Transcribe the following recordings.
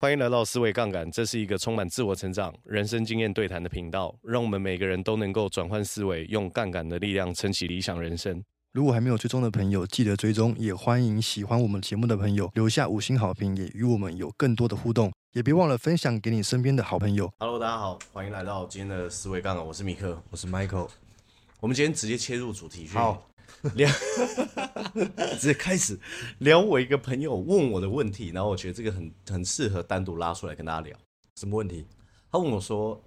欢迎来到思维杠杆，这是一个充满自我成长、人生经验对谈的频道，让我们每个人都能够转换思维，用杠杆的力量撑起理想人生。如果还没有追踪的朋友，记得追踪，也欢迎喜欢我们节目的朋友留下五星好评，也与我们有更多的互动，也别忘了分享给你身边的好朋友。 Hello，大家好，欢迎来到今天的思维杠杆，我是米克。我是 Michael，我们今天直接切入主题去好 聊直接开始。聊我一个朋友问我的问题，然后我觉得这个很很适合单独拉出来跟大家聊。什么问题？他问我说：“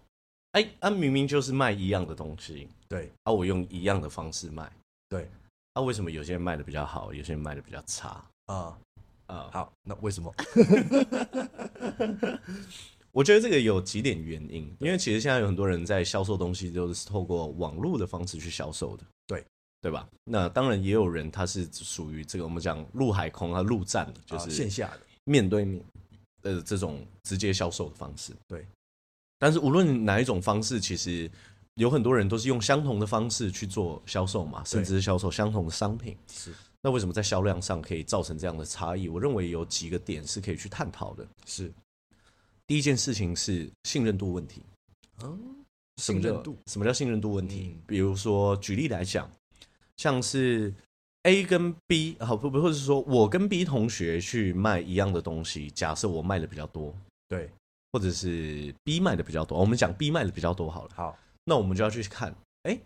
哎，啊，明明就是卖一样的东西，对啊，我用一样的方式卖，对啊，为什么有些人卖的比较好，有些人卖的比较差？”啊啊好，那为什么？我觉得这个有几点原因，因为其实现在有很多人在销售东西都是透过网络的方式去销售的，对对吧？那当然也有人他是属于这个我们讲陆海空啊陆战的，就啊是线下的，面对面的这种直接销售的方式。对，但是无论哪一种方式，其实有很多人都是用相同的方式去做销售嘛，甚至是销售相同的商品。是那为什么在销量上可以造成这样的差异？我认为有几个点是可以去探讨的。是，第一件事情是信任度问题。嗯，什么信叫任度，什么叫信任度问题？嗯比如说，举例来讲，像是 A 跟 B，好不不，或者是说我跟 B 同学去卖一样的东西，假设我卖的比较多，对，或者是 B 卖的比较多，哦我们讲 B 卖的比较多好了，好，那我们就要去看，哎，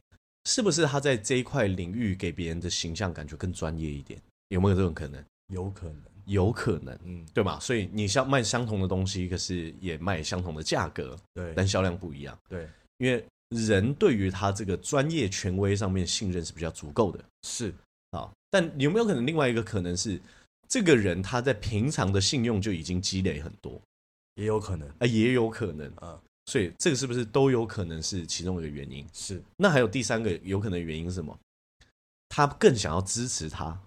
是不是他在这一块领域给别人的形象感觉更专业一点？有没有这种可能？有可能，有可能，嗯，对吧？所以你像卖相同的东西，可是也卖相同的价格，但对，销量不一样。对，因为人对于他这个专业权威上面信任是比较足够的是，啊。但有没有可能另外一个可能是，这个人他在平常的信用就已经积累很多也有可能，啊，也有可能，啊，所以这个是不是都有可能是其中一个原因？是，那还有第三个有可能的原因是什么？他更想要支持他，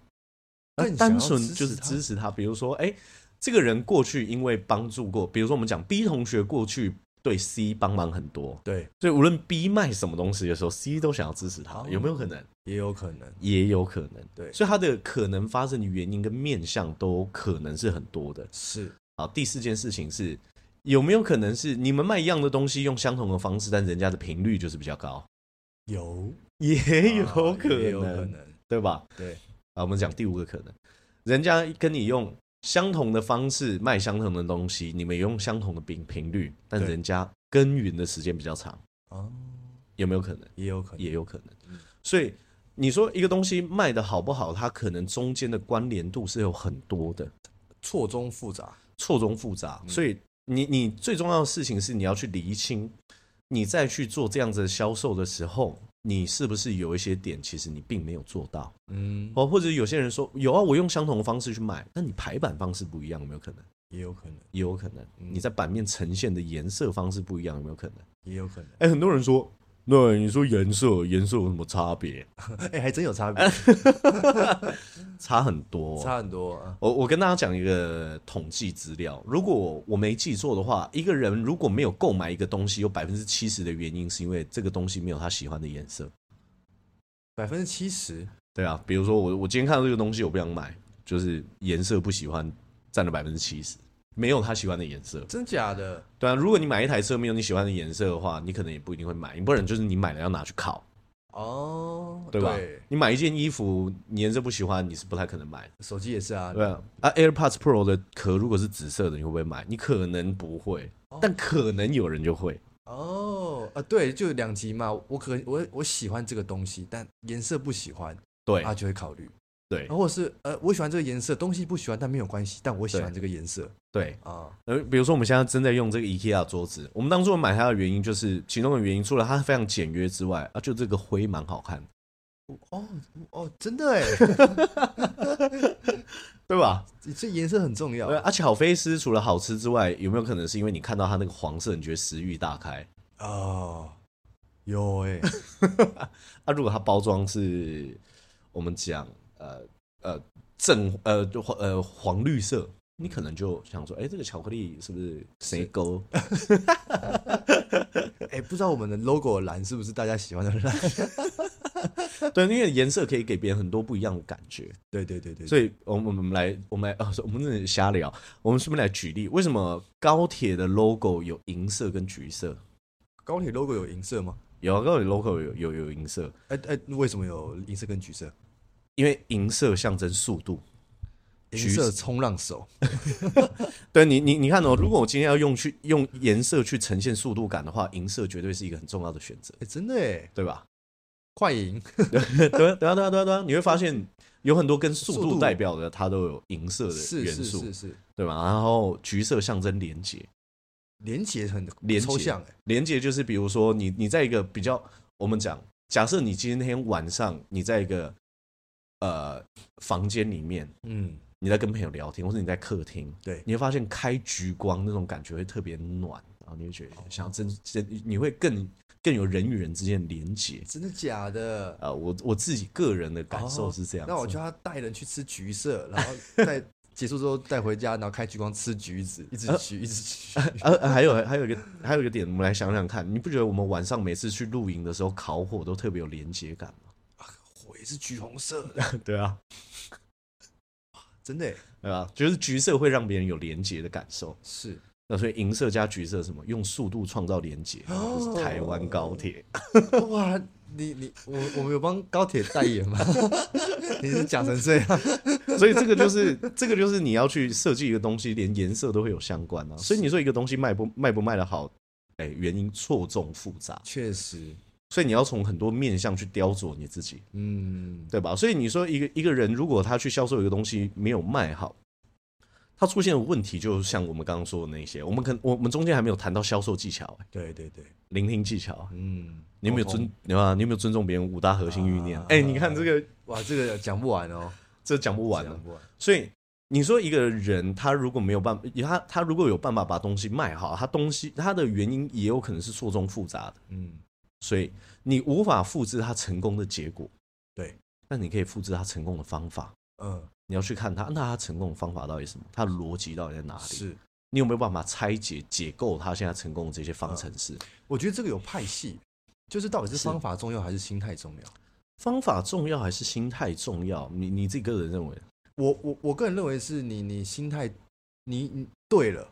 更想要单纯支持就是他支持他。比如说，哎、这个人过去因为帮助过，比如说我们讲 B 同学过去对 C 帮忙很多，对，所以无论 B 卖什么东西的时候，C 都想要支持他哦，有没有可能？也有可能，也有可能，对所以它的可能发生的原因跟面向都可能是很多的。是，好，第四件事情是，有没有可能是你们卖一样的东西，用相同的方式，但人家的频率就是比较高，有，也有啊可也有能，可能，对吧？对，啊，我们讲第五个可能，人家跟你用相同的方式卖相同的东西，你们也用相同的频频率，但对人家耕耘的时间比较长，啊，有没有可能？也有可能，也有可能。所以你说一个东西卖的好不好，它可能中间的关联度是有很多的，错综复杂，错综复杂。所以你你最重要的事情是你要去厘清，你再去做这样子的销售的时候，你是不是有一些点其实你并没有做到？嗯，哦，或者有些人说有啊，我用相同的方式去卖，但你排版方式不一样，有没有可能？也有可能，也有可能，你在版面呈现的颜色方式不一样，有没有可能？也有可能，哎、很多人说，那你说颜色，颜色有什么差别？ 哎，还真有差别，差很多，差很多啊，我我跟大家讲一个统计资料，如果我没记错的话，一个人如果没有购买一个东西，有百分之七十的原因是因为这个东西没有他喜欢的颜色。百分之七十，对啊，比如说我我今天看到这个东西，我不想买，就是颜色不喜欢，占了百分之七十，没有他喜欢的颜色。真假的，对啊，如果你买一台车没有你喜欢的颜色的话，你可能也不一定会买，你不然就是你买了要拿去烤，哦，对吧？你买一件衣服，你颜色不喜欢，你是不太可能买的。手机也是啊，对啊，啊，AirPods Pro 的壳如果是紫色的，你会不会买？你可能不会，但可能有人就会。哦，啊，对，就两极嘛。我可我我喜欢这个东西，但颜色不喜欢，对他就会考虑。对啊或者是呃，我喜欢这个颜色，东西不喜欢，但没有关系，但我喜欢这个颜色对，啊。呃，比如说我们现在正在用这个 IKEA 桌子，我们当初买它的原因就是其中的原因，除了它非常简约之外，啊，就这个灰蛮好看，哦哦，真的哎， 对吧？这颜色很重要呃，而且好菲斯除了好吃之外，有没有可能是因为你看到它那个黄色，你觉得食欲大开？哦。有 哎，啊，如果它包装是我们讲呃呃正呃就黄呃黄绿色，你可能就想说，哎、这个巧克力是不是谁勾？ 哎，不知道我们的 logo 蓝是不是大家喜欢的蓝？ 对，因为颜色可以给别人很多不一样的感觉。对对对对，所以以，我们我们来，我们来，啊，我们真的瞎聊。我们顺便来举例，为什么高铁的 logo 有银色跟橘色？高铁 logo 有银色吗？有啊，高铁 logo 有有有银色，哎哎，为什么有银色跟橘色？因为银色象征速度。银色冲浪手，对你，你你看哦，如果我今天要用去用颜色去呈现速度感的话，银色绝对是一个很重要的选择，哎，真的哎，对吧？ 快银，对啊对啊对啊对啊对啊，你会发现有很多跟速速度度代表的，它都有银色的是元是素，是是，对吧？然后橘色象征连接，连结很连结抽象哎，连接就是比如说你你在一个比较，我们讲，假设你今天晚上你在一个呃房间里面，嗯，你在跟朋友聊天，或者你在客厅，对，你会发现开橘光那种感觉会特别暖，然后你会觉得哦想要真真，你会更更有人与人之间的连接。真的假的？啊、我我自己个人的感受哦是这样子、那我叫他带人去吃橘色，然后再结束之后带回家，然后开橘光吃橘子，一直橘一直橘。呃，呃还有还有一个还有一个点，我们来想想看，你不觉得我们晚上每次去露营的时候烤火都特别有连接感吗？火也是橘红色的， 对啊，真的耶欸对吧？就是橘色会让别人有连接的感受， 是那所以银色加橘色是什么？用速度创造连接，就是台湾高铁。哇！你你我我们有帮高铁代言吗？ 你是讲成这样， 所以这个 就是这个就是你要去设计一个东西，连颜色都会有相关啊。所以你说一个东西卖不卖不卖得好，哎，原因错综复杂，确实，所以你要从很多面向去雕琢你自己。嗯，对吧？所以你说一个一个人如果他去销售一个东西没有卖好，他出现的问题就像我们刚刚说的那些，我们可我们中间还没有谈到销售技巧、欸对对对，聆听技巧啊，嗯，你有没有沟尊通？对吧？你有没有尊重别人五大核心欲念啊？哎、你看这个哇，这个讲不完哦，这讲不完了讲。不完，所以你说一个人他如果没有办法，他他如果有办法把东西卖好，他东西他的原因也有可能是错综复杂的，嗯，所以你无法复制他成功的结果，对，但你可以复制他成功的方法。嗯，你要去看他，那他成功的方法到底是什么？他的逻辑到底在哪里？是，你有没有办法拆解、解构他现在成功的这些方程式？我觉得这个有派系，就是到底是是方法重要还是心态重要？方法重要还是心态重要？你你自己个人认为？我我我个人认为是你你心态你你对了，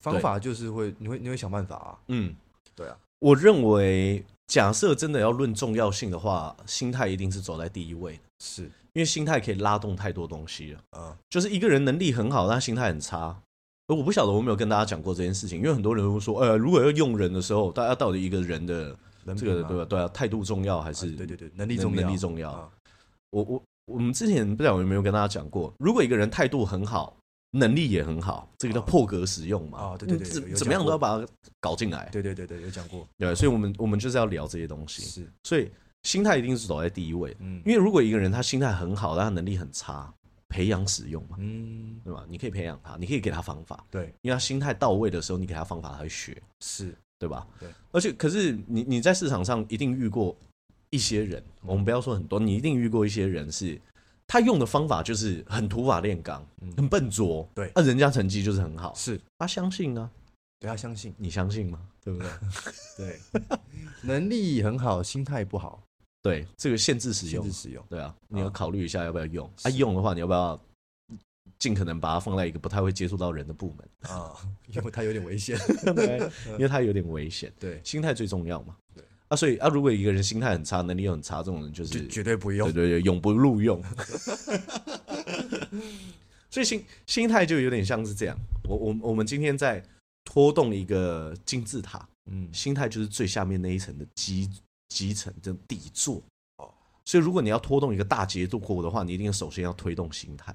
方对法就是会你会你会想办法啊，嗯，对啊，我认为，假设真的要论重要性的话，心态一定是走在第一位的，是，因为心态可以拉动太多东西了。嗯，就是一个人能力很好，但心态很差。而我不晓得我有没有跟大家讲过这件事情，因为很多人会说，呃，如果要用人的时候，大家到底一个人的人这品个嘛对吧？对啊，态度重要还是啊对对对，能力重要，能力重要啊我我我们之前不知道有没有跟大家讲过，如果一个人态度很好，能力也很好，这个叫啊破格使用嘛。啊对对你对有怎有怎么样都讲过要把它搞进来。对对对对，有讲过，对，所以我们我们就是要聊这些东西，是，所以心态一定是走在第一位的。嗯因为如果一个人他心态很好，但他能力很差，培养使用嘛，嗯，对吧？你可以培养他，你可以给他方法，对，因为他心态到位的时候，你给他方法，他会学，是，对吧？对。而且，可是你你在市场上一定遇过一些人，我们不要说很多，你一定遇过一些人是，他用的方法就是很土法炼钢，很笨拙，对那、人家成绩就是很好，是，他相信啊，对他相信，你相信吗？对不对？对， 能力很好，心态不好，对，这个限制使限用制，使用，对啊，你要啊考虑一下要不要用，啊，是用的话你要不要？尽可能把它放在一个不太会接触到人的部门，啊，因为它有点危险， 对， 因为它有点危险。对，心态最重要嘛。啊，所以啊，如果一个人心态很差，能力又很差，这种人就是就绝对不用对，对对，永不录用。 所以心心态就有点像是这样。我我我们今天在拖动一个金字塔，嗯，心态就是最下面那一层的基基层的底座哦。所以如果你要拖动一个大节度的话，你一定首先要推动心态，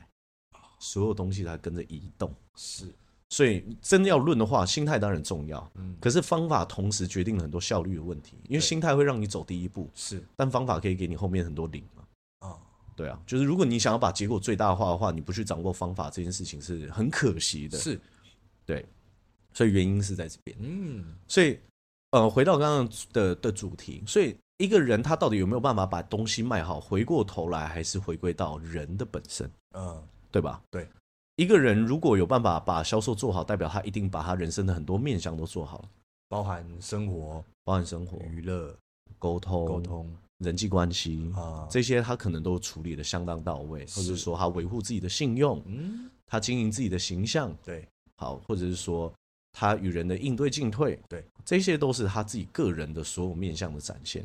所有东西它跟着移动。是，所以真的要论的话，心态当然重要，嗯，可是方法同时决定了很多效率的问题，因为对心态会让你走第一步，是但方法可以给你后面很多零嘛。啊，对啊，就是如果你想要把结果最大化的话，你不去掌握方法，这件事情是很可惜的。，是，对，所以原因是在这边。嗯，所以，呃，回到刚刚的的主题，所以一个人他到底有没有办法把东西卖好，回过头来还是回归到人的本身，嗯，对吧？对，一个人如果有办法把销售做好，代表他一定把他人生的很多面向都做好了，包含生活、包含生活、娱乐、沟通、嗯沟通，人际关系啊哦这些他可能都处理的相当到位，或者是说他维护自己的信用，嗯，他经营自己的形象，对，好，或者是说他与人的应对进退，对，这些都是他自己个人的所有面向的展现。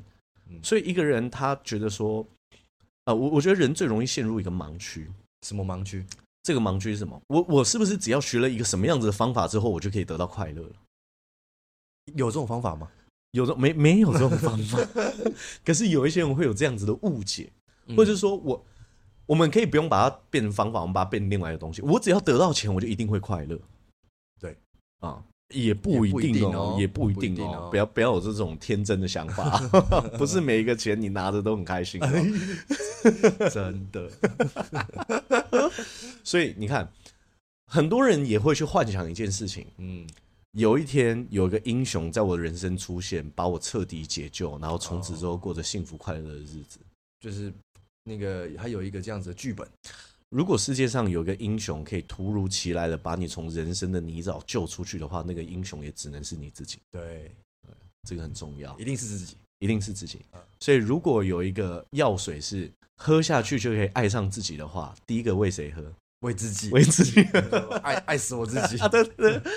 嗯所以一个人他觉得说，呃，我我觉得人最容易陷入一个盲区。什么盲区？这个盲区是什么？我我是不是只要学了一个什么样子的方法之后，我就可以得到快乐了？有这种方法吗？有的没没有这种方法， 可是有一些人会有这样子的误解，或者是说我我们可以不用把它变成方法，我们把它变成另外一个东西。我只要得到钱，我就一定会快乐。对啊，也不一也不一定定哦哦，也不一不定一定哦哦，不要不要有这种天真的想 法，不是每一个钱你拿着都很开心、哦。哎 真的，所以你看，很多人也会去幻想一件事情：嗯，有一天有一个英雄在我的人生出现，把我彻底解救，然后从此之后过着幸福快乐的日子。就是那个他有一个这样子的剧本，如果世界上有一个英雄可以突如其来的把你从人生的泥沼救出去的话，那个英雄也只能是你自己，对，这个很重要一，定是自己，一定是自己。所以如果有一个药水是喝下去就可以爱上自己的话，第一个为谁喝？为自己，为自己。爱爱死我自 己啊，对对对，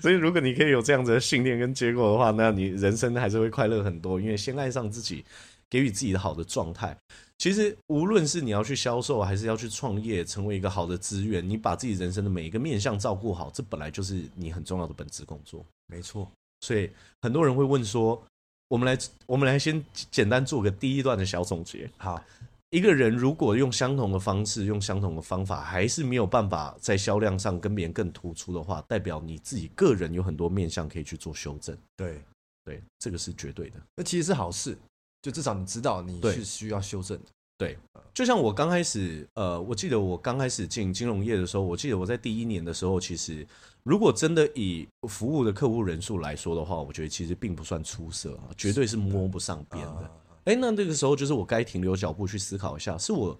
所以如果你可以有这样子的信念跟结果的话，那你人生还是会快乐很多，因为先爱上自己，给予自己的好的状态。其实无论是你要去销售，还是要去创业，成为一个好的资源，你把自己人生的每一个面向照顾好，这本来就是你很重要的本职工作。没错，所以很多人会问说，我们来我们来先简单做个第一段的小总结。好，一个人如果用相同的方式、用相同的方法，还是没有办法在销量上跟别人更突出的话，代表你自己个人有很多面向可以去做修正。对，对，这个是绝对的。那其实是好事，就至少你知道你对是需要修正的，就像我刚开始，呃，我记得我刚开始进金融业的时候，我记得我在第一年的时候，其实如果真的以服务的客户人数来说的话，我觉得其实并不算出色啊，绝对是摸不上边的。啊哎、那这个时候就是我该停留脚步去思考一下，是我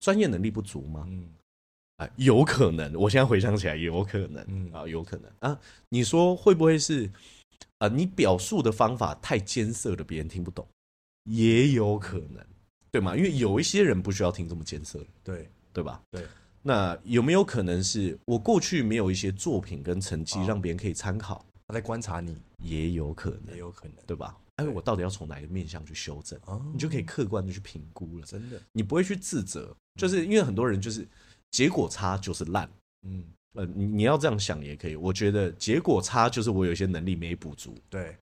专业能力不足吗？嗯，啊，有可能，我现在回想起来有可能，嗯啊，有可能啊。你说会不会是啊、你表述的方法太艰涩了，别人听不懂，也有可能，对吗？因为有一些人不需要听这么艰涩的，对，对吧？对。那有没有可能是我过去没有一些作品跟成绩哦让别人可以参考，他在观察你，也有可也能，有可能对吧？哎，我到底要从哪一个面向去修正？啊，你就可以客观的去评估了，真的，你不会去自责，就是因为很多人就是结果差就是烂。嗯，呃，你你要这样想也可以。我觉得结果差就是我有一些能力没补足。对，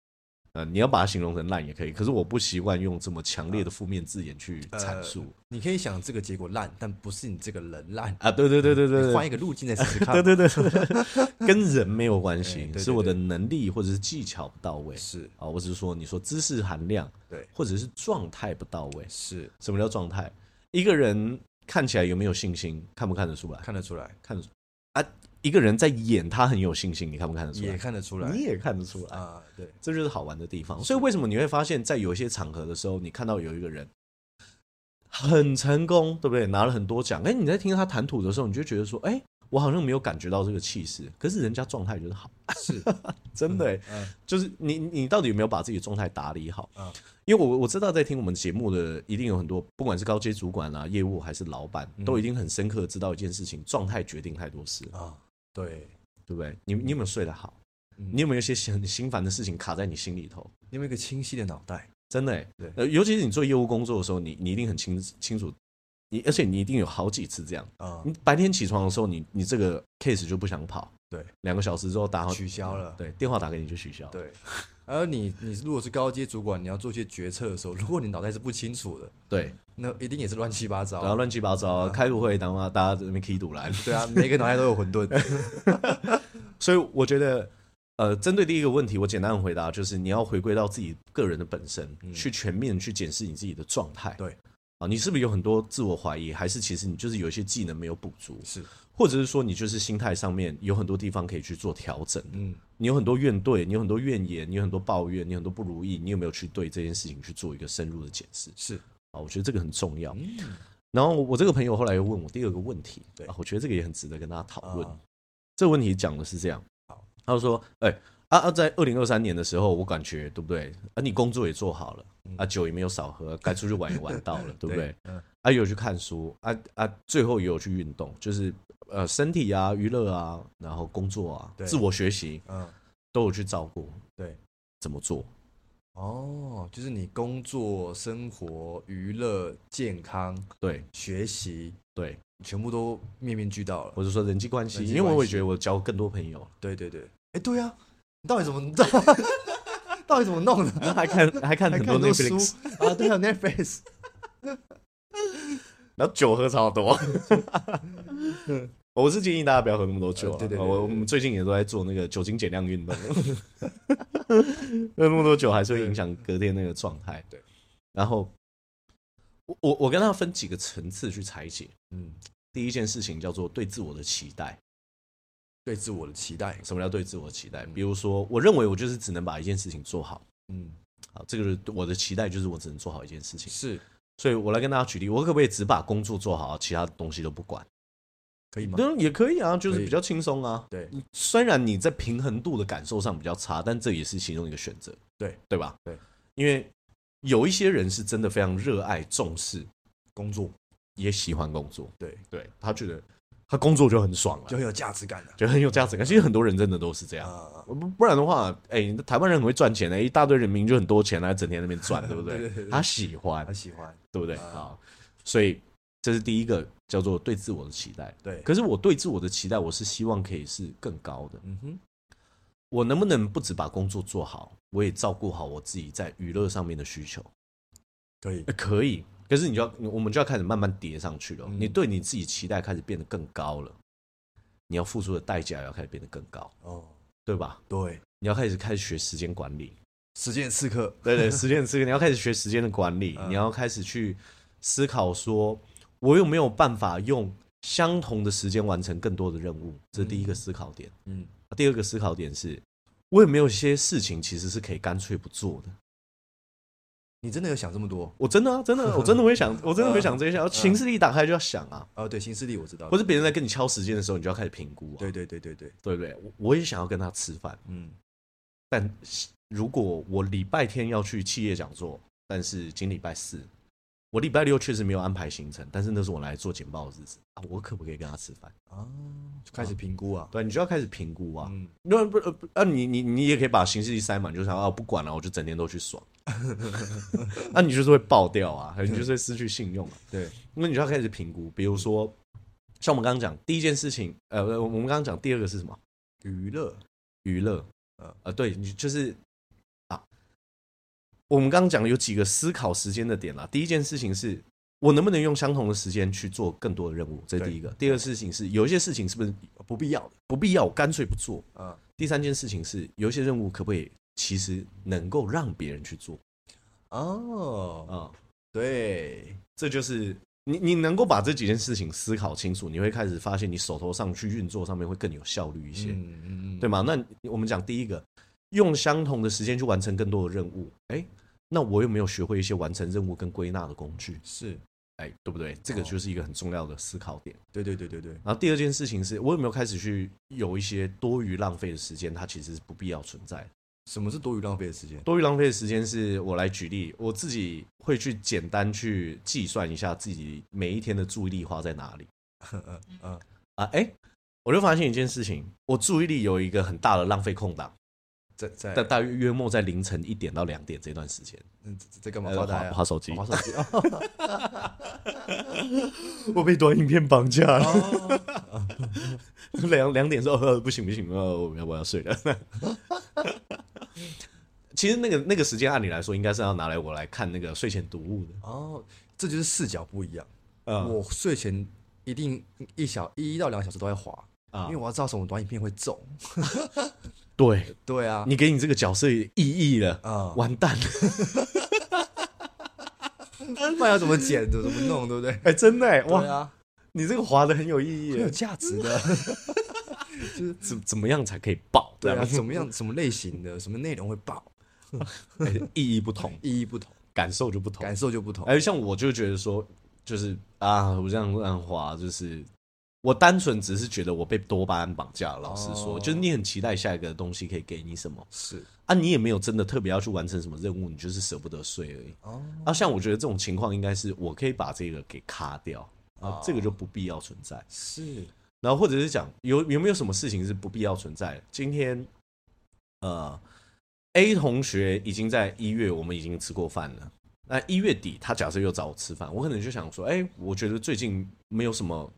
呃，你要把它形容成烂也可以，可是我不习惯用这么强烈的负面字眼嗯去呃阐述。你可以想这个结果烂，但不是你这个人烂，啊，对对对对对你对，换一个路径再试试看， 对对对 对，跟人没有关哎对系，对是我的能力或者是技巧不到位是啊，我只是说你说知识含量，对或者是状态不到位。是什么叫状态？一个人看起来有没有信心，看不看得出来？看得出来，看得出啊，一个人在演他很有信心，你看不看得出也来？看得出来，你也看得出来。啊，对，这就是好玩的地方。所以为什么你会发现，在有一些场合的时候，你看到有一个人很成功，对不对？拿了很多奖，哎，你在听他谈吐的时候，你就觉得说，哎，我好像没有感觉到这个气势，可是人家状态就是好， 是，真的、哎嗯就是你你到底有没有把自己的状态打理好？嗯因为我我知道在听我们节目的一定有很多，不管是高阶主管啊、业务还是老板，都已经很深刻地知道一件事情：状态决定太多事了，啊，对，对不对？你你有没有睡得好？嗯你有没有一些很心烦的事情卡在你心里头？你有没有一个清晰的脑袋，真的、欸，对呃，尤其是你做业务工作的时候，你你一定很清清楚，你而且你一定有好几次这样，啊，你白天起床的时候，你你这个 case 就不想跑，对，两个小时之后打好取消了对，电话打给你就取消，，对。而你，你如果是高阶主管，你要做一些决策的时候，如果你脑袋是不清楚的，对，那一定也是乱七八糟然后。乱七八糟，开个会，然后大家在那边 key 堵来，对啊，每个脑袋都有混沌。所以我觉得，呃，针对第一个问题，我简单的回答就是，你要回归到自己个人的本身，去全面去检视你自己的状态。嗯对，啊，你是不是有很多自我怀疑，还是其实你就是有一些技能没有补足，是，或者是说你就是心态上面有很多地方可以去做调整。嗯，你有很多怨怼，你有很多怨言，你有很多抱怨，你有很多不如意，你有没有去对这件事情去做一个深入的检视？是，啊，我觉得这个很重要。嗯，然后我这个朋友后来又问我第二个问题，对啊，我觉得这个也很值得跟大家讨论。啊这个问题讲的是这样好，他就说：“哎、啊啊，在二零二三年的时候，我感觉对不对？啊，你工作也做好了，啊，酒也没有少喝，该出去玩也玩到了，对不对？嗯啊，也有去看书，啊啊，最后也有去运动，就是呃，身体啊、娱乐啊，然后工作啊、对自我学习嗯，都有去照顾。对，怎么做？哦，就是你工作、生活、娱乐、健康、对学习，对，全部都面面俱到了。我是说人际关系，人际因为我关也系觉得我交更多朋友， 对对对，哎，对啊，你到底怎么， 到底怎么弄的？还看还看还很看多很多 Netflix，书啊，对啊，Netflix， 然后酒喝超 多。我是建议大家不要喝那么多酒了、啊呃对对对对我对我们最近也都在做那个酒精减量运动，喝那么多酒还是会影响隔天那个状态。对，然后我我我跟他分几个层次去拆解。嗯，第一件事情叫做对自我的期待。对自我的期待，什么叫对自我的期待？比如说，我认为我就是只能把一件事情做好，嗯，好，这个是我的期待，就是我只能做好一件事情。是所以我来跟大家举例，我可不可以只把工作做好，其他东西都不管？可以吗？当然也可以啊，就是可以比较轻松啊。对虽然你在平衡度的感受上比较差，但这也是其中一个选择，对对吧？对，因为有一些人是真的非常热爱、重视，工作也喜欢工作，对，对他觉得他工作就很爽就了，很有价值感的就很有价值感。其实很多人真的都是这样。啊，不不然的话，哎、台湾人很会赚钱的、哎一大堆人民就很多钱来整天在那边 赚，对不对？对对对他喜欢很，喜欢，对不对？啊好，所以这是第一个叫做对自我的期待。对，可是我对自我的期待，我是希望可以是更高的。嗯哼，我能不能不只把工作做好，我也照顾好我自己在娱乐上面的需求？可以呃，可以。可是你就要，我们就要开始慢慢叠上去了。嗯你对你自己期待开始变得更高了，你要付出的代价也要开始变得更高，哦，对吧？对，你要开始开始学时间管理，时间刺客，对对，时间的这个你要开始学时间的管理，嗯你要开始去思考说，我有没有办法用相同的时间完成更多的任务？这是第一个思考点。嗯，第二个思考点是，我有没有一些事情其实是可以干脆不做的？你真的有想这么多？我真的、啊、真的 啊，我真的会想，我真的会嗯想这些。要行事历打开就要想啊，哦，对，新势力我知道，或是别人在跟你敲时间的时候，你就要开始评估啊，对对对对对，对不对？我我也想要跟他吃饭，嗯，但如果我礼拜天要去企业讲座，但是今礼拜四，我礼拜六确实没有安排行程，但是那是我来做简报的日子啊，我可不可以跟他吃饭？啊，就开始评估啊，对，你就要开始评估啊。嗯，那不呃不啊，你你你也可以把行事历塞满，你就想啊，不管了、我就整天都去爽， 那、你就是会爆掉啊，你就是会失去信用啊。对，那你就要开始评估，比如说像我们刚刚讲第一件事情，呃，我们刚刚讲第二个是什么？娱乐，娱乐，嗯呃，对，你就是啊，我们刚刚讲的有几个思考时间的点啦。第一件事情是我能不能用相同的时间去做更多的任务，这是对第一个。第二事情是有一些事情是不是不必要的，不必要，我干脆不做。啊，第三件事情是有一些任务可不可以其实能够让别人去做啊、哦，对，这就是。你你能够把这几件事情思考清楚，你会开始发现你手头上去运作上面会更有效率一些。嗯嗯嗯，对吗？那你我们讲第一个，用相同的时间去完成更多的任务，哎，那我有没有学会一些完成任务跟归纳的工具？是，哎，对不对？这个哦就是一个很重要的思考点。对对对对对，然后第二件事情是我有没有开始去有一些多余浪费的时间，它其实是不必要存在的。什么是多余浪费的时间？多余浪费的时间是我来举例，我自己会去简单去计算一下自己每一天的注意力花在哪里 嗯啊，哎。我就发现一件事情，我注意力有一个很大的浪费空档，在在但大约约莫在凌晨一点到两点这段时间。嗯在在干嘛？呃发呆划啊？划手机划手机啊？我被短影片绑架了。哦 两两点说、呃、不行不行，呃，我要我要睡 了。其实那个那个时间按理来说，应该是要拿来我来看那个睡前读物的。 哦，这就是视角不一样。嗯我睡前一定一小一到两小时都在滑，啊因为我要知道什么短影片会中。对对啊，你给你这个角色意义了，啊，完蛋了！那要怎么剪的，怎么弄，对不对？哎、真的、哎哇，对啊，你这个划的很有意义很有 耶，价值的。怎怎么样才可以爆？对这啊，样怎么样，什么类型的，什么内容会爆，哎意义不同，意义不同，感受就不同。感哎受就不同。哎，像我就觉得说，就是啊，我这样乱花，就是我单纯只是觉得我被多巴胺绑架了。老实说，哦就是你很期待下一个东西可以给你什么是啊，你也没有真的特别要去完成什么任务，你就是舍不得睡而已。哦，啊，像我觉得这种情况应该是我可以把这个给卡掉啊哦，这个就不必要存在。是然后或者是讲有有没有什么事情是不必要存在的？今天，呃，A 同学已经在一月，我们已经吃过饭了。那一月底他假设又找我吃饭，我可能就想说，哎、我觉得最近没有什么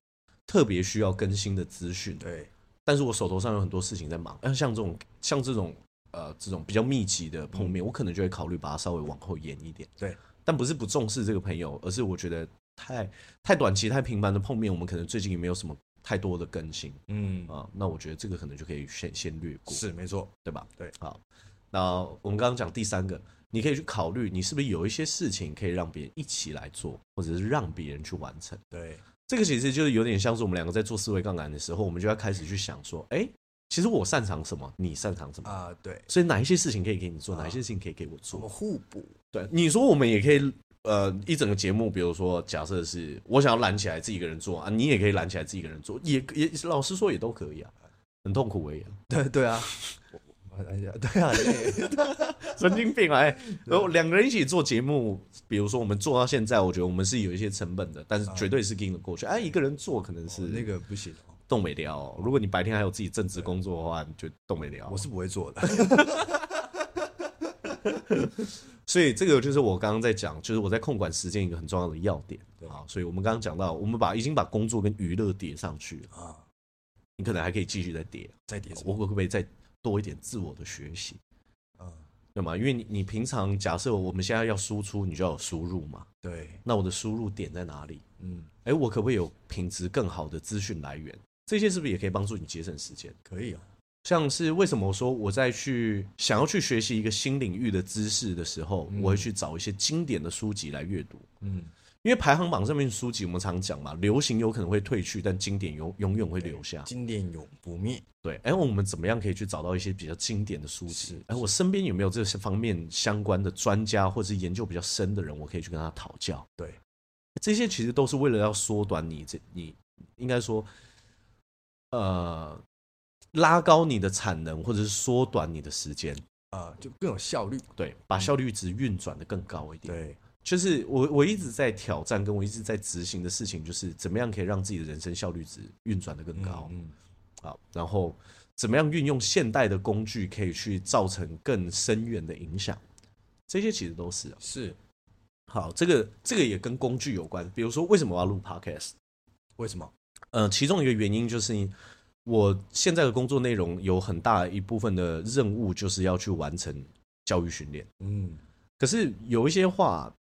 特别需要更新的资讯，对，但是我手头上有很多事情在忙。呃像这种像这种呃这种比较密集的碰面，我可能就会考虑把它稍微往后延一点。嗯对，但不是不重视这个朋友，而是我觉得太太短期、太频繁的碰面，我们可能最近也没有什么太多的更新嗯，啊、那我觉得这个可能就可以先先略过，是没错，对吧？对，好。那我们刚刚讲第三个，你可以去考虑，你是不是有一些事情可以让别人一起来做，或者是让别人去完成。对，这个其实就是有点像是我们两个在做思维杠杆的时候，我们就要开始去想说，哎、其实我擅长什么，你擅长什么，啊，对，所以哪一些事情可以给你做，啊哪一些事情可以给我我们做。互补，对，你说我们也可以，呃，一整个节目，比如说假设是我想要揽起来自己一个人做啊，你也可以揽起来自己一个人做，也也老实说也都可以啊，很痛苦而已啊、 对对啊，我我哎呀对啊，对神经病 啊！哎然后两个人一起做节目，比如说我们做到现在，我觉得我们是有一些成本的，但是绝对是跟得过去。哎，一个人做可能是我那个不行哦，动没了哦、如果你白天还有自己正职工作的话，你就动没了哦。 我是不会做的，所以这个就是我刚刚在讲，就是我在控管时间一个很重要的要点对啊。所以我们刚刚讲到，我们把已经把工作跟娱乐叠上去了，啊，你可能还可以继续再叠。再叠什我么会不会再多一点自我的学习？啊？对吗？因为你你平常假设我们现在要输出，你就要有输入嘛。对，那我的输入点在哪里？嗯，哎，我可不可以有品质更好的资讯来源？这些是不是也可以帮助你节省时间？可以啊，像是为什么我说我在去想要去学习一个新领域的知识的时候，我会去找一些经典的书籍来阅读，嗯，因为排行榜上面的书籍我们常讲嘛，流行有可能会退去，但经典永永远会留下。经典永不灭，对，哎，我们怎么样可以去找到一些比较经典的书籍？哎，我身边有没有这些方面相关的专家或者是研究比较深的人，我可以去跟他讨教？对，这些其实都是为了要缩短你这你应该说，呃，拉高你的产能，或者是缩短你的时间，啊，就更有效率，对，把效率值运转的更高一点。，嗯对，就是我我一直在挑战，跟我一直在执行的事情，就是怎么样可以让自己的人生效率值运转的更高嗯，嗯，啊、然后怎么样运用现代的工具，可以去造成更深远的影响。这些其实都是啊是好，这个这个也跟工具有关。比如说，为什么我要录 podcast？为什么？呃，其中一个原因就是我现在的工作内容有很大一部分的任务就是要去完成教育训练，嗯，可是有一些话，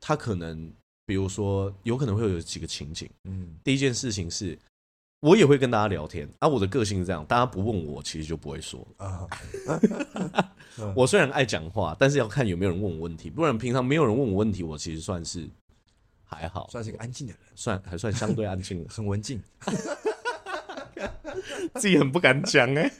它可能比如说有可能会有几个情景。嗯，第一件事情是，我也会跟大家聊天啊，我的个性是这样，大家不问我，其实就不会说。啊， 我虽然爱讲话，但是要看有没有人问我问题，不然平常没有人问我问题，我其实算是还好，算是个安静的人，算还算相对安静 的，很文静，自己很不敢讲哎、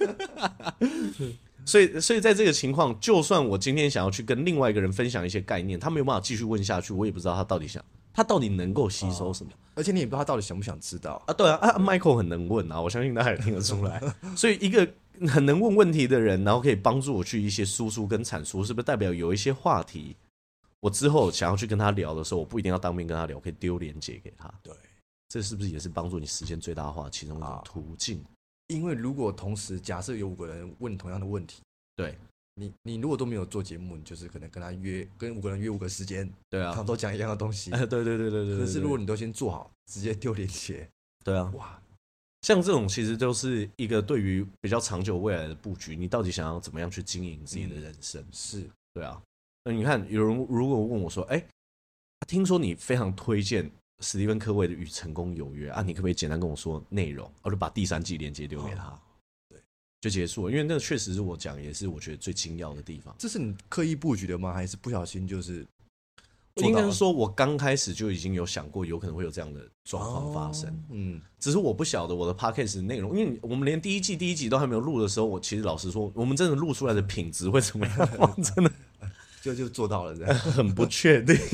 所以，所以在这个情况，就算我今天想要去跟另外一个人分享一些概念，他没有办法继续问下去，我也不知道他到底想，他到底能够吸收什么而且你也不知道他到底想不想知道，啊？对啊，啊，Michael 很能问啊，我相信大家也听得出 来。所以，一个很能问问题的人，然后可以帮助我去一些输出跟产出，是不是代表有一些话题，我之后想要去跟他聊的时候，我不一定要当面跟他聊，我可以丢链接给他。对，这是不是也是帮助你实现最大化其中一种啊途径？因为如果同时假设有五个人问同样的问题，对，你你如果都没有做节目，你就是可能跟他约，跟五个人约五个时间，对啊他，们都讲一样的东 西。哎， 对对对对对。可是如果对你都先做好，直接丢链接，对啊，哇，像这种其实就是一个对于比较长久未来的布局，你到底想要怎么样去经营自己的人生？是对啊，那你看，有人如果问我说：“哎、听说你非常推荐史蒂芬·科维的《与成功有约》啊，你可不可以简单跟我说内容？”我就把第三季链接丢给他，对，就结束了。因为那个确实是我讲，也是我觉得最精要的地方。这是你刻意布局的吗？还是不小心就是做应到该了是说，我刚开始就已经有想过，有可能会有这样的状况发生。哦嗯，只是我不晓得我的 podcast 内容，因为我们连第一季第一集都还没有录的时候，我其实老实说，我们真的录出来的品质 会怎么样，我真的就就做到了这样。很不确定。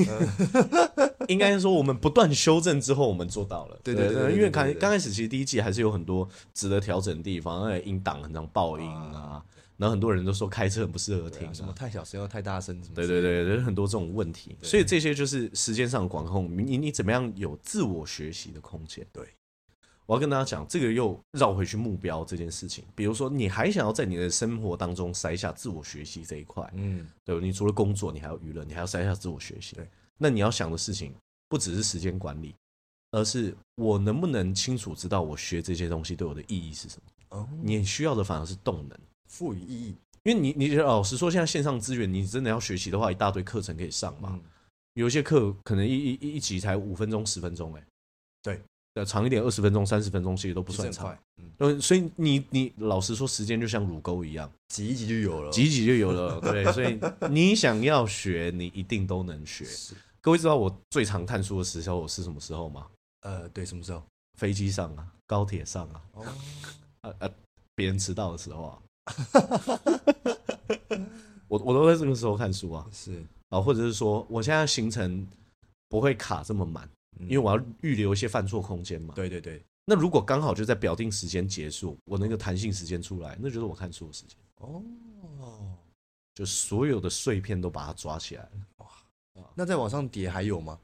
应该说我们不断修正之后，我们做到了。对对对对对因为对刚对对刚开始其实第一季还是有很多值得调整的地方，而且音档很常爆音啊，然后很多人都说开车很不适合听对啊 什啊么太小声又太大声，什么对对对，对，很多这种问题，所以这些就是时间上的管控，你你你怎么样有自我学习的空间？对，我要跟大家讲，这个又绕回去目标这件事情。比如说，你还想要在你的生活当中塞下自我学习这一块，嗯，对吧你除了工作，你还要娱乐，你还要塞下自我学习。对，那你要想的事情不只是时间管理，而是我能不能清楚知道我学这些东西对我的意义是什么？哦，你需要的反而是动能。赋予意义因为你你老实说，现在线上资源，你真的要学习的话，一大堆课程可以上嘛。嘛，有一些课可能一一一一集才五分钟、十分钟、欸，哎，对，呃，长一点二十分钟、三十分钟其实都不不算算长快。，嗯，嗯，所以你你老实说，时间就像乳沟一样，挤一挤就有了，挤一挤就有了，对不对？所以你想要学，你一定都能学。是各位知道我最常看书的时候是什么时候吗？呃，对，什么时候？飞机上啊，高铁上啊，哦，呃呃，别人迟到的时候啊， 我我都在这个时候看书啊。是，啊，或者是说我现在行程不会卡这么满，嗯因为我要预留一些犯错空间嘛。对对对，那如果刚好就在表定时间结束，我那个弹性时间出来，那就是我看书的时间，哦。就所有的碎片都把它抓起来了。那在网上叠还有吗？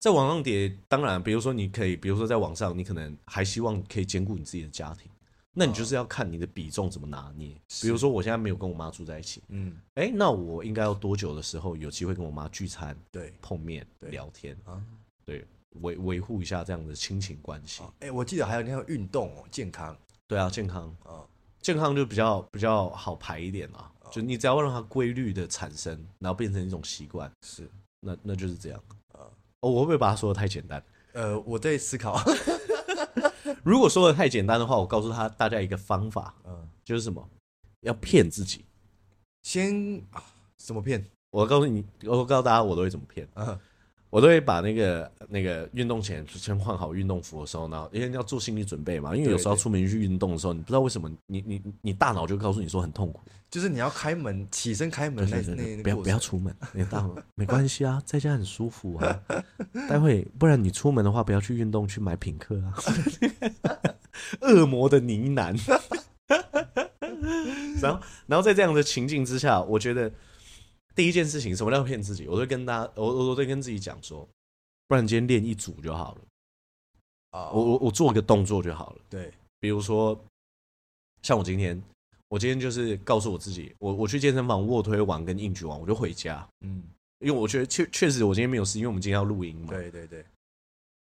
在网上叠，当然，比如说你可以，比如说在网上，你可能还希望可以兼顾你自己的家庭，那你就是要看你的比重怎么拿捏。比如说我现在没有跟我妈住在一起，嗯，哎，那我应该要多久的时候有机会跟我妈聚餐、对碰面、对聊天，啊，对，维维护一下这样的亲情关系。哎，我记得还有那个运动哦，健康对啊，健康啊，健康就比较比较好排一点啦。就你只要让它规律的产生，然后变成一种习惯，是，啊那那就是这样。哦，我会不会把它说的太简单？呃，我在思考， 如果说的太简单的话，我告诉他大家一个方法，嗯，就是什么？要骗自己。先啊，怎么骗？我告诉你，我告诉大家，我都会怎么骗。啊，我都会把那个那个运动前先换好运动服的时候，然后因为要做心理准备嘛，因为有时候对对出门去运动的时候，你不知道为什么你，你你你大脑就告诉你说很痛苦，就是你要开门，起身开门那对对对那那不要过不要程出 门，你大门没关系啊，在家很舒服啊。待会不然你出门的话，不要去运动，去买品客啊。 恶魔的呢喃。 然后，然后在这样的情境之下，我觉得第一件事情，什么叫骗自己？我都跟大家，我我我都跟自己讲说，不然今天练一组就好了，啊，我我我做个动作就好了。对，比如说，像我今天，我今天就是告诉我自己，我我去健身房卧推完跟硬举完，我就回家，嗯，因为我觉得确确实我今天没有事，因为我们今天要录音嘛。。对对对，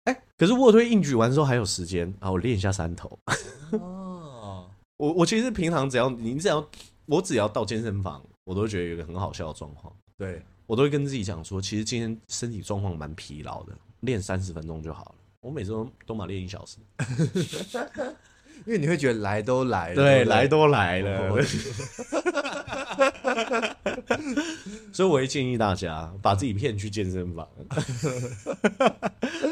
哎、可是卧推硬举完之后还有时间啊，我练一下三头。 哦，我我其实平常只要你只要我只要到健身房，我都觉得有一个很好笑的状况，对，我都会跟自己讲说，其实今天身体状况蛮疲劳的，练三十分钟就好了。我每次都都嘛练一小时，因为你会觉得来都来了，不来都来了了。 所以我会建议大家把自己骗去健身房，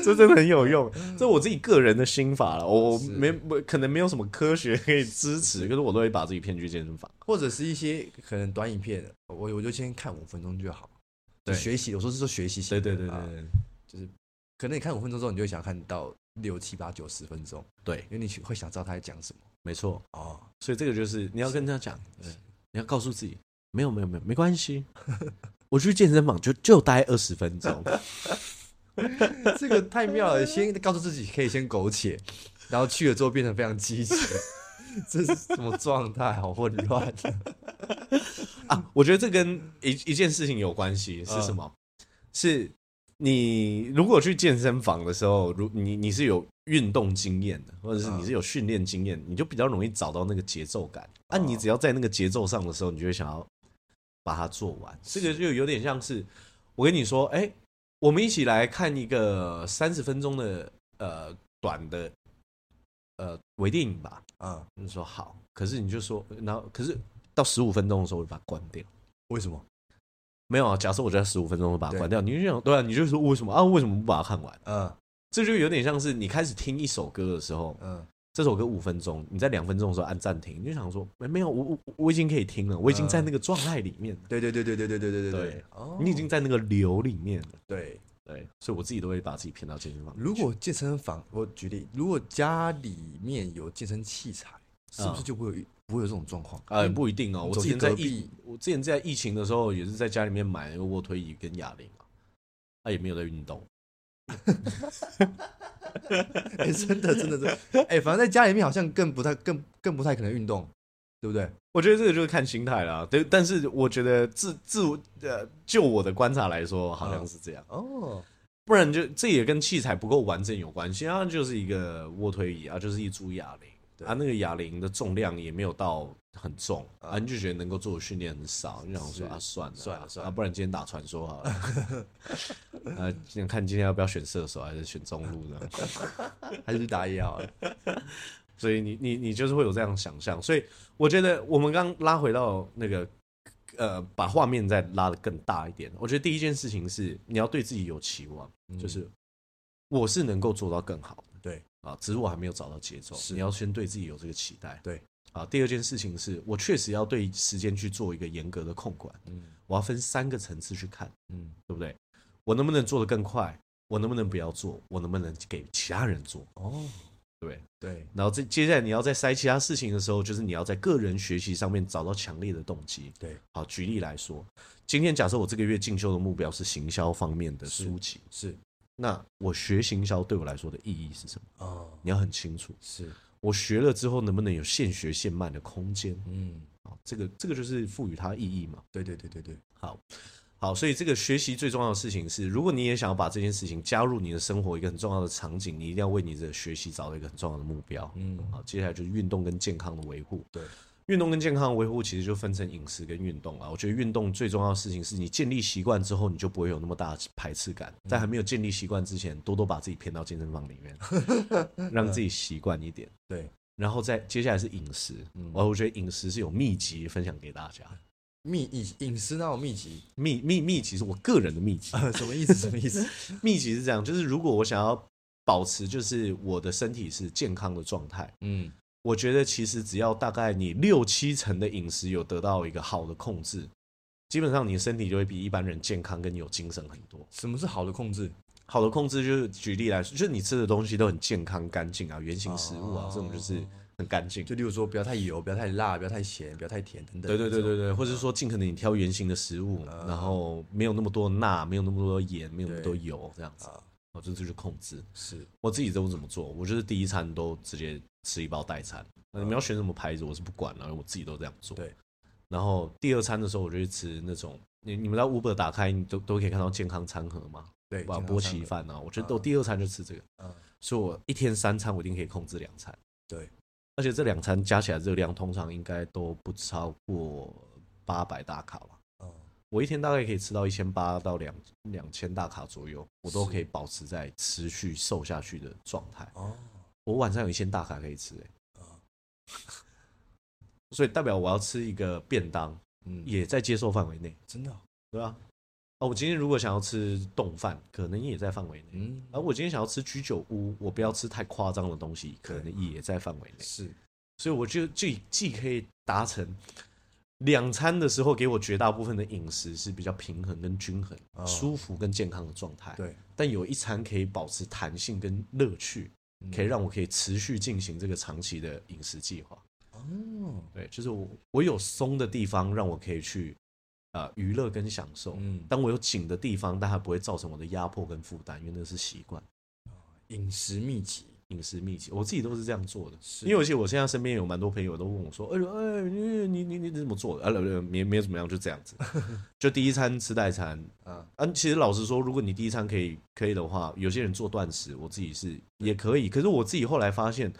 这真的很有用。这我自己个人的心法了，我我是没我可能没有什么科学可以支持，可是我都会把自己骗去健身房。或者是一些可能短影片，我我就先看五分钟就好。对就学习，我说是说学习型对的，对对对啊对可能你看五分钟之后，你就会想看到六七八九十分钟，对，因为你会想知道他在讲什么。没错。哦，所以这个就是你要跟他讲，对你要告诉自己，没有没有没有，没关 系，我去健身房就就待二十分钟。 这个太妙了！先告诉自己可以先苟且，然后去了之后变成非常积极， 这是什么状态？好混 乱！啊，我觉得这跟一一件事情有关系，是什么？是你如果去健身房的时候，如你你是有运动经验的，或者是你嗯是有训练经验，你就比较容易找到那个节奏感。啊，哦你只要在那个节奏上的时候，你就会想要把它做完。这个就有点像是我跟你说，哎、我们一起来看一个三十分钟的呃短的呃微电影吧。啊、你说好，可是你就说，然后可是到十五分钟的时候，我就把它关掉。为什么？没有啊，假设我就在十五分钟就把它对关掉，你就想对啊，你就说为什么啊？为什么不把它看完？嗯这就有点像是你开始听一首歌的时候，嗯，这首歌五分钟，你在两分钟的时候按暂停，你就想说，哎没有，我我我已经可以听了，我已经在那个状态里面了，对对对对对对对对对对哦，你已经在那个流里面了。对对，所以我自己都会把自己骗到健身房。哦如果健身房，我举例，如果家里面有健身器材，是不嗯是就不会有不会有这种状况？啊、也不一定哦。我走之去前在隔疫壁，我之前在疫情的时候也是在家里面买那个卧推椅跟哑铃啊，他、也没有在运动。 哎、真的，真的，真的， 哎、反正在家里面好像更不太、更更不太可能运动，对不对？我觉得这个就是看心态啦。对，但是我觉得自自我呃，就我的观察来说，好像是这样。哦，不然就这也跟器材不够完整有关系啊，就是一个卧推椅啊，就是一株哑铃。对啊，那个哑铃的重量也没有到很重啊，你就觉得能够做的训练很少，你就想是说啊，算了算了啊算了啊，不然今天打传说好了。 啊，今天看今天要不要选射手还是选中路呢？ 还是去打野好了。所以你你你就是会有这样的想象，所以我觉得我们刚拉回到那个呃，把画面再拉得更大一点。我觉得第一件事情是你要对自己有期望，就是我是能够做到更好的，嗯对啊，只是我还没有找到节奏，是你要先对自己有这个期待，对啊。第二件事情是我确实要对时间去做一个严格的控管，嗯我要分三个层次去看，嗯，对不对？我能不能做得更快？我能不能不要做？我能不能给其他人做？哦，对不对？对，然后这接下来你要在筛其他事情的时候，就是你要在个人学习上面找到强烈的动机。对，好，举例来说，今天假设我这个月进修的目标是行销方面的是书籍，是那我学行销对我来说的意义是什么？哦，你要很清楚，是，我学了之后能不能有现学现卖的空间？嗯，好，这个这个就是赋予它意义嘛。对对对对对，好，所以这个学习最重要的事情是，如果你也想要把这件事情加入你的生活一个很重要的场景，你一定要为你的学习找到一个很重要的目标。嗯好，接下来就是运动跟健康的维护。对，运动跟健康的维护其实就分成饮食跟运动啊。我觉得运动最重要的事情是你建立习惯之后，你就不会有那么大的排斥感。在还没有建立习惯之前，多多把自己骗到健身房里面，让自己习惯一点。对，然后再接下来是饮食，呃嗯我、我觉得饮食是有秘籍分享给大家。秘饮饮食那种秘籍，秘秘秘籍是我个人的秘籍，呃， 什么意思？什么 意思？秘籍是这样，就是如果我想要保持就是我的身体是健康的状态，嗯，我觉得其实只要大概你六七成的饮食有得到一个好的控制，基本上你的身体就会比一般人健康跟有精神很多。什么是好的控制？好的控制就是举例来说，就是你吃的东西都很健康、干净啊，原型食物啊，这种哦就是很干净。就例如说，不要太油，不要太辣，不要太咸，不要太甜，等等。对对对对，对，或者说尽可能嗯你挑圆形的食物，然后没有那么多钠，没有那么多盐，没有那么多对油，这样子啊，哦，这就是控制。是，我自己都怎么做，我就是第一餐都直接吃一包代餐。那你们要选什么牌子，我是不管了，我自己都这样做。嗯对。然后第二餐的时候，我就去吃那种，你你们在 Uber 打开，你都都可以看到健康餐盒嘛，对，哇，健康波餐奇盒，饭啊，我觉得我第二餐就吃这个，嗯，所以我一天三餐我一定可以控制两餐。对，而且这两餐加起来热量通常应该都不超过八百大卡吧。哦，我一天大概可以吃到一千八到两两千大卡左右，我都是可以保持在持续瘦下去的状态。哦，我晚上有一千大卡可以吃、欸， 啊所以代表我要吃一个便当，嗯，也在接受范围内，真的哦，对吧、啊？我今天如果想要吃冻饭，可能也在范围内；嗯，而我今天想要吃居酒屋，我不要吃太夸张的东西，可能也在范围内。是，所以我就就既可以达成两餐的时候给我绝大部分的饮食是比较平衡跟均衡、哦舒服跟健康的状态，对，但有一餐可以保持弹性跟乐趣，可以嗯让我可以持续进行这个长期的饮食计划。哦，对，就是我我有松的地方，让我可以去呃娱乐跟享受。嗯，当我有紧的地方，但它不会造成我的压迫跟负担，因为那是习惯饮食秘籍饮食秘籍。我自己都是这样做的，是因为而且我现在身边有蛮多朋友都问我说：“哎呦哎，你你你你怎么做的？”啊，不不没没有怎么样，就这样子。就第一餐吃代餐，啊，啊，其实老实说，如果你第一餐可以可以的话，有些人做断食，我自己是也可以。可是我自己后来发现，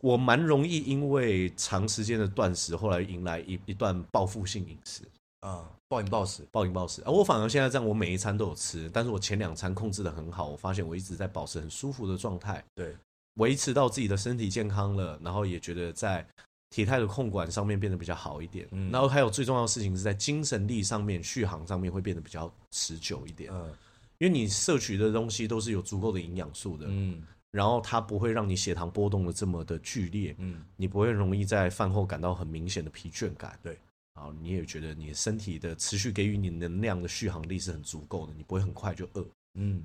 我蛮容易因为长时间的断食，后来迎来一一段报复性饮食，啊，暴饮暴食，暴饮暴食。啊，我反而现在这样，我每一餐都有吃，但是我前两餐控制的很好，我发现我一直在保持很舒服的状态，对，维持到自己的身体健康了，然后也觉得在。体态的控管上面变得比较好一点，嗯然后还有最重要的事情是在精神力上面、续航上面会变得比较持久一点。嗯因为你摄取的东西都是有足够的营养素的，嗯然后它不会让你血糖波动的这么的剧烈，嗯，你不会容易在饭后感到很明显的疲倦感。对，啊，你也觉得你身体的持续给予你能量的续航力是很足够的，你不会很快就饿。嗯，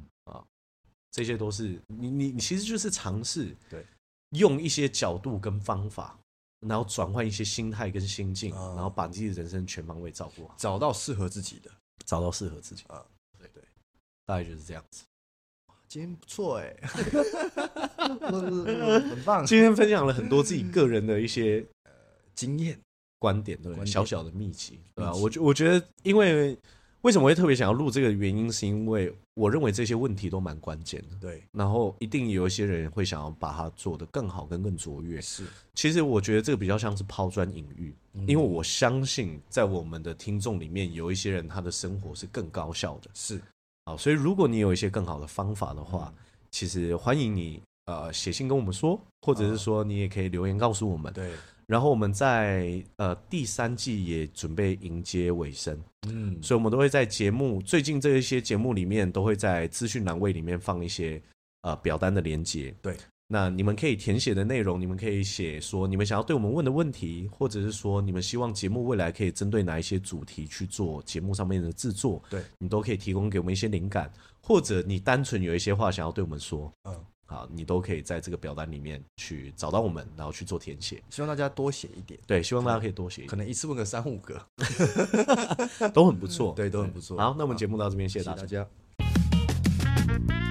这些都是你你你其实就是尝试对用一些角度跟方法，然后转换一些心态跟心境，啊然后把自己的人生全方位照顾好，找到适合自己的，找到适合自己啊。对对，大概就是这样子。今天不错 哎、我我我很棒，今天分享了很多自己个人的一些经验观点，对不观对，点小小的秘籍，对吧、秘籍我觉我觉得，因为为什么会特别想要录这个原因，是因为我认为这些问题都蛮关键的。对然后一定有一些人会想要把它做得更好跟更卓越。是，其实我觉得这个比较像是抛砖引玉，嗯因为我相信在我们的听众里面有一些人他的生活是更高效的是啊，所以如果你有一些更好的方法的话，其实欢迎你呃写信跟我们说，或者是说你也可以留言告诉我们。对，然后我们在呃第三季也准备迎接尾声，嗯所以我们都会在节目最近这一些节目里面，都会在资讯栏位里面放一些呃表单的连接。对，那你们可以填写的内容，你们可以写说你们想要对我们问的问题，或者是说你们希望节目未来可以针对哪一些主题去做节目上面的制作，对你都可以提供给我们一些灵感，或者你单纯有一些话想要对我们说，嗯，好，你都可以在这个表单里面去找到我们，然后去做填写。希望大家多写一点，对，希望大家可以多写一可点，能一次问个三五个，都很不错，嗯对，都很不错。好，那我们节目到这边，谢谢谢谢大家大。家。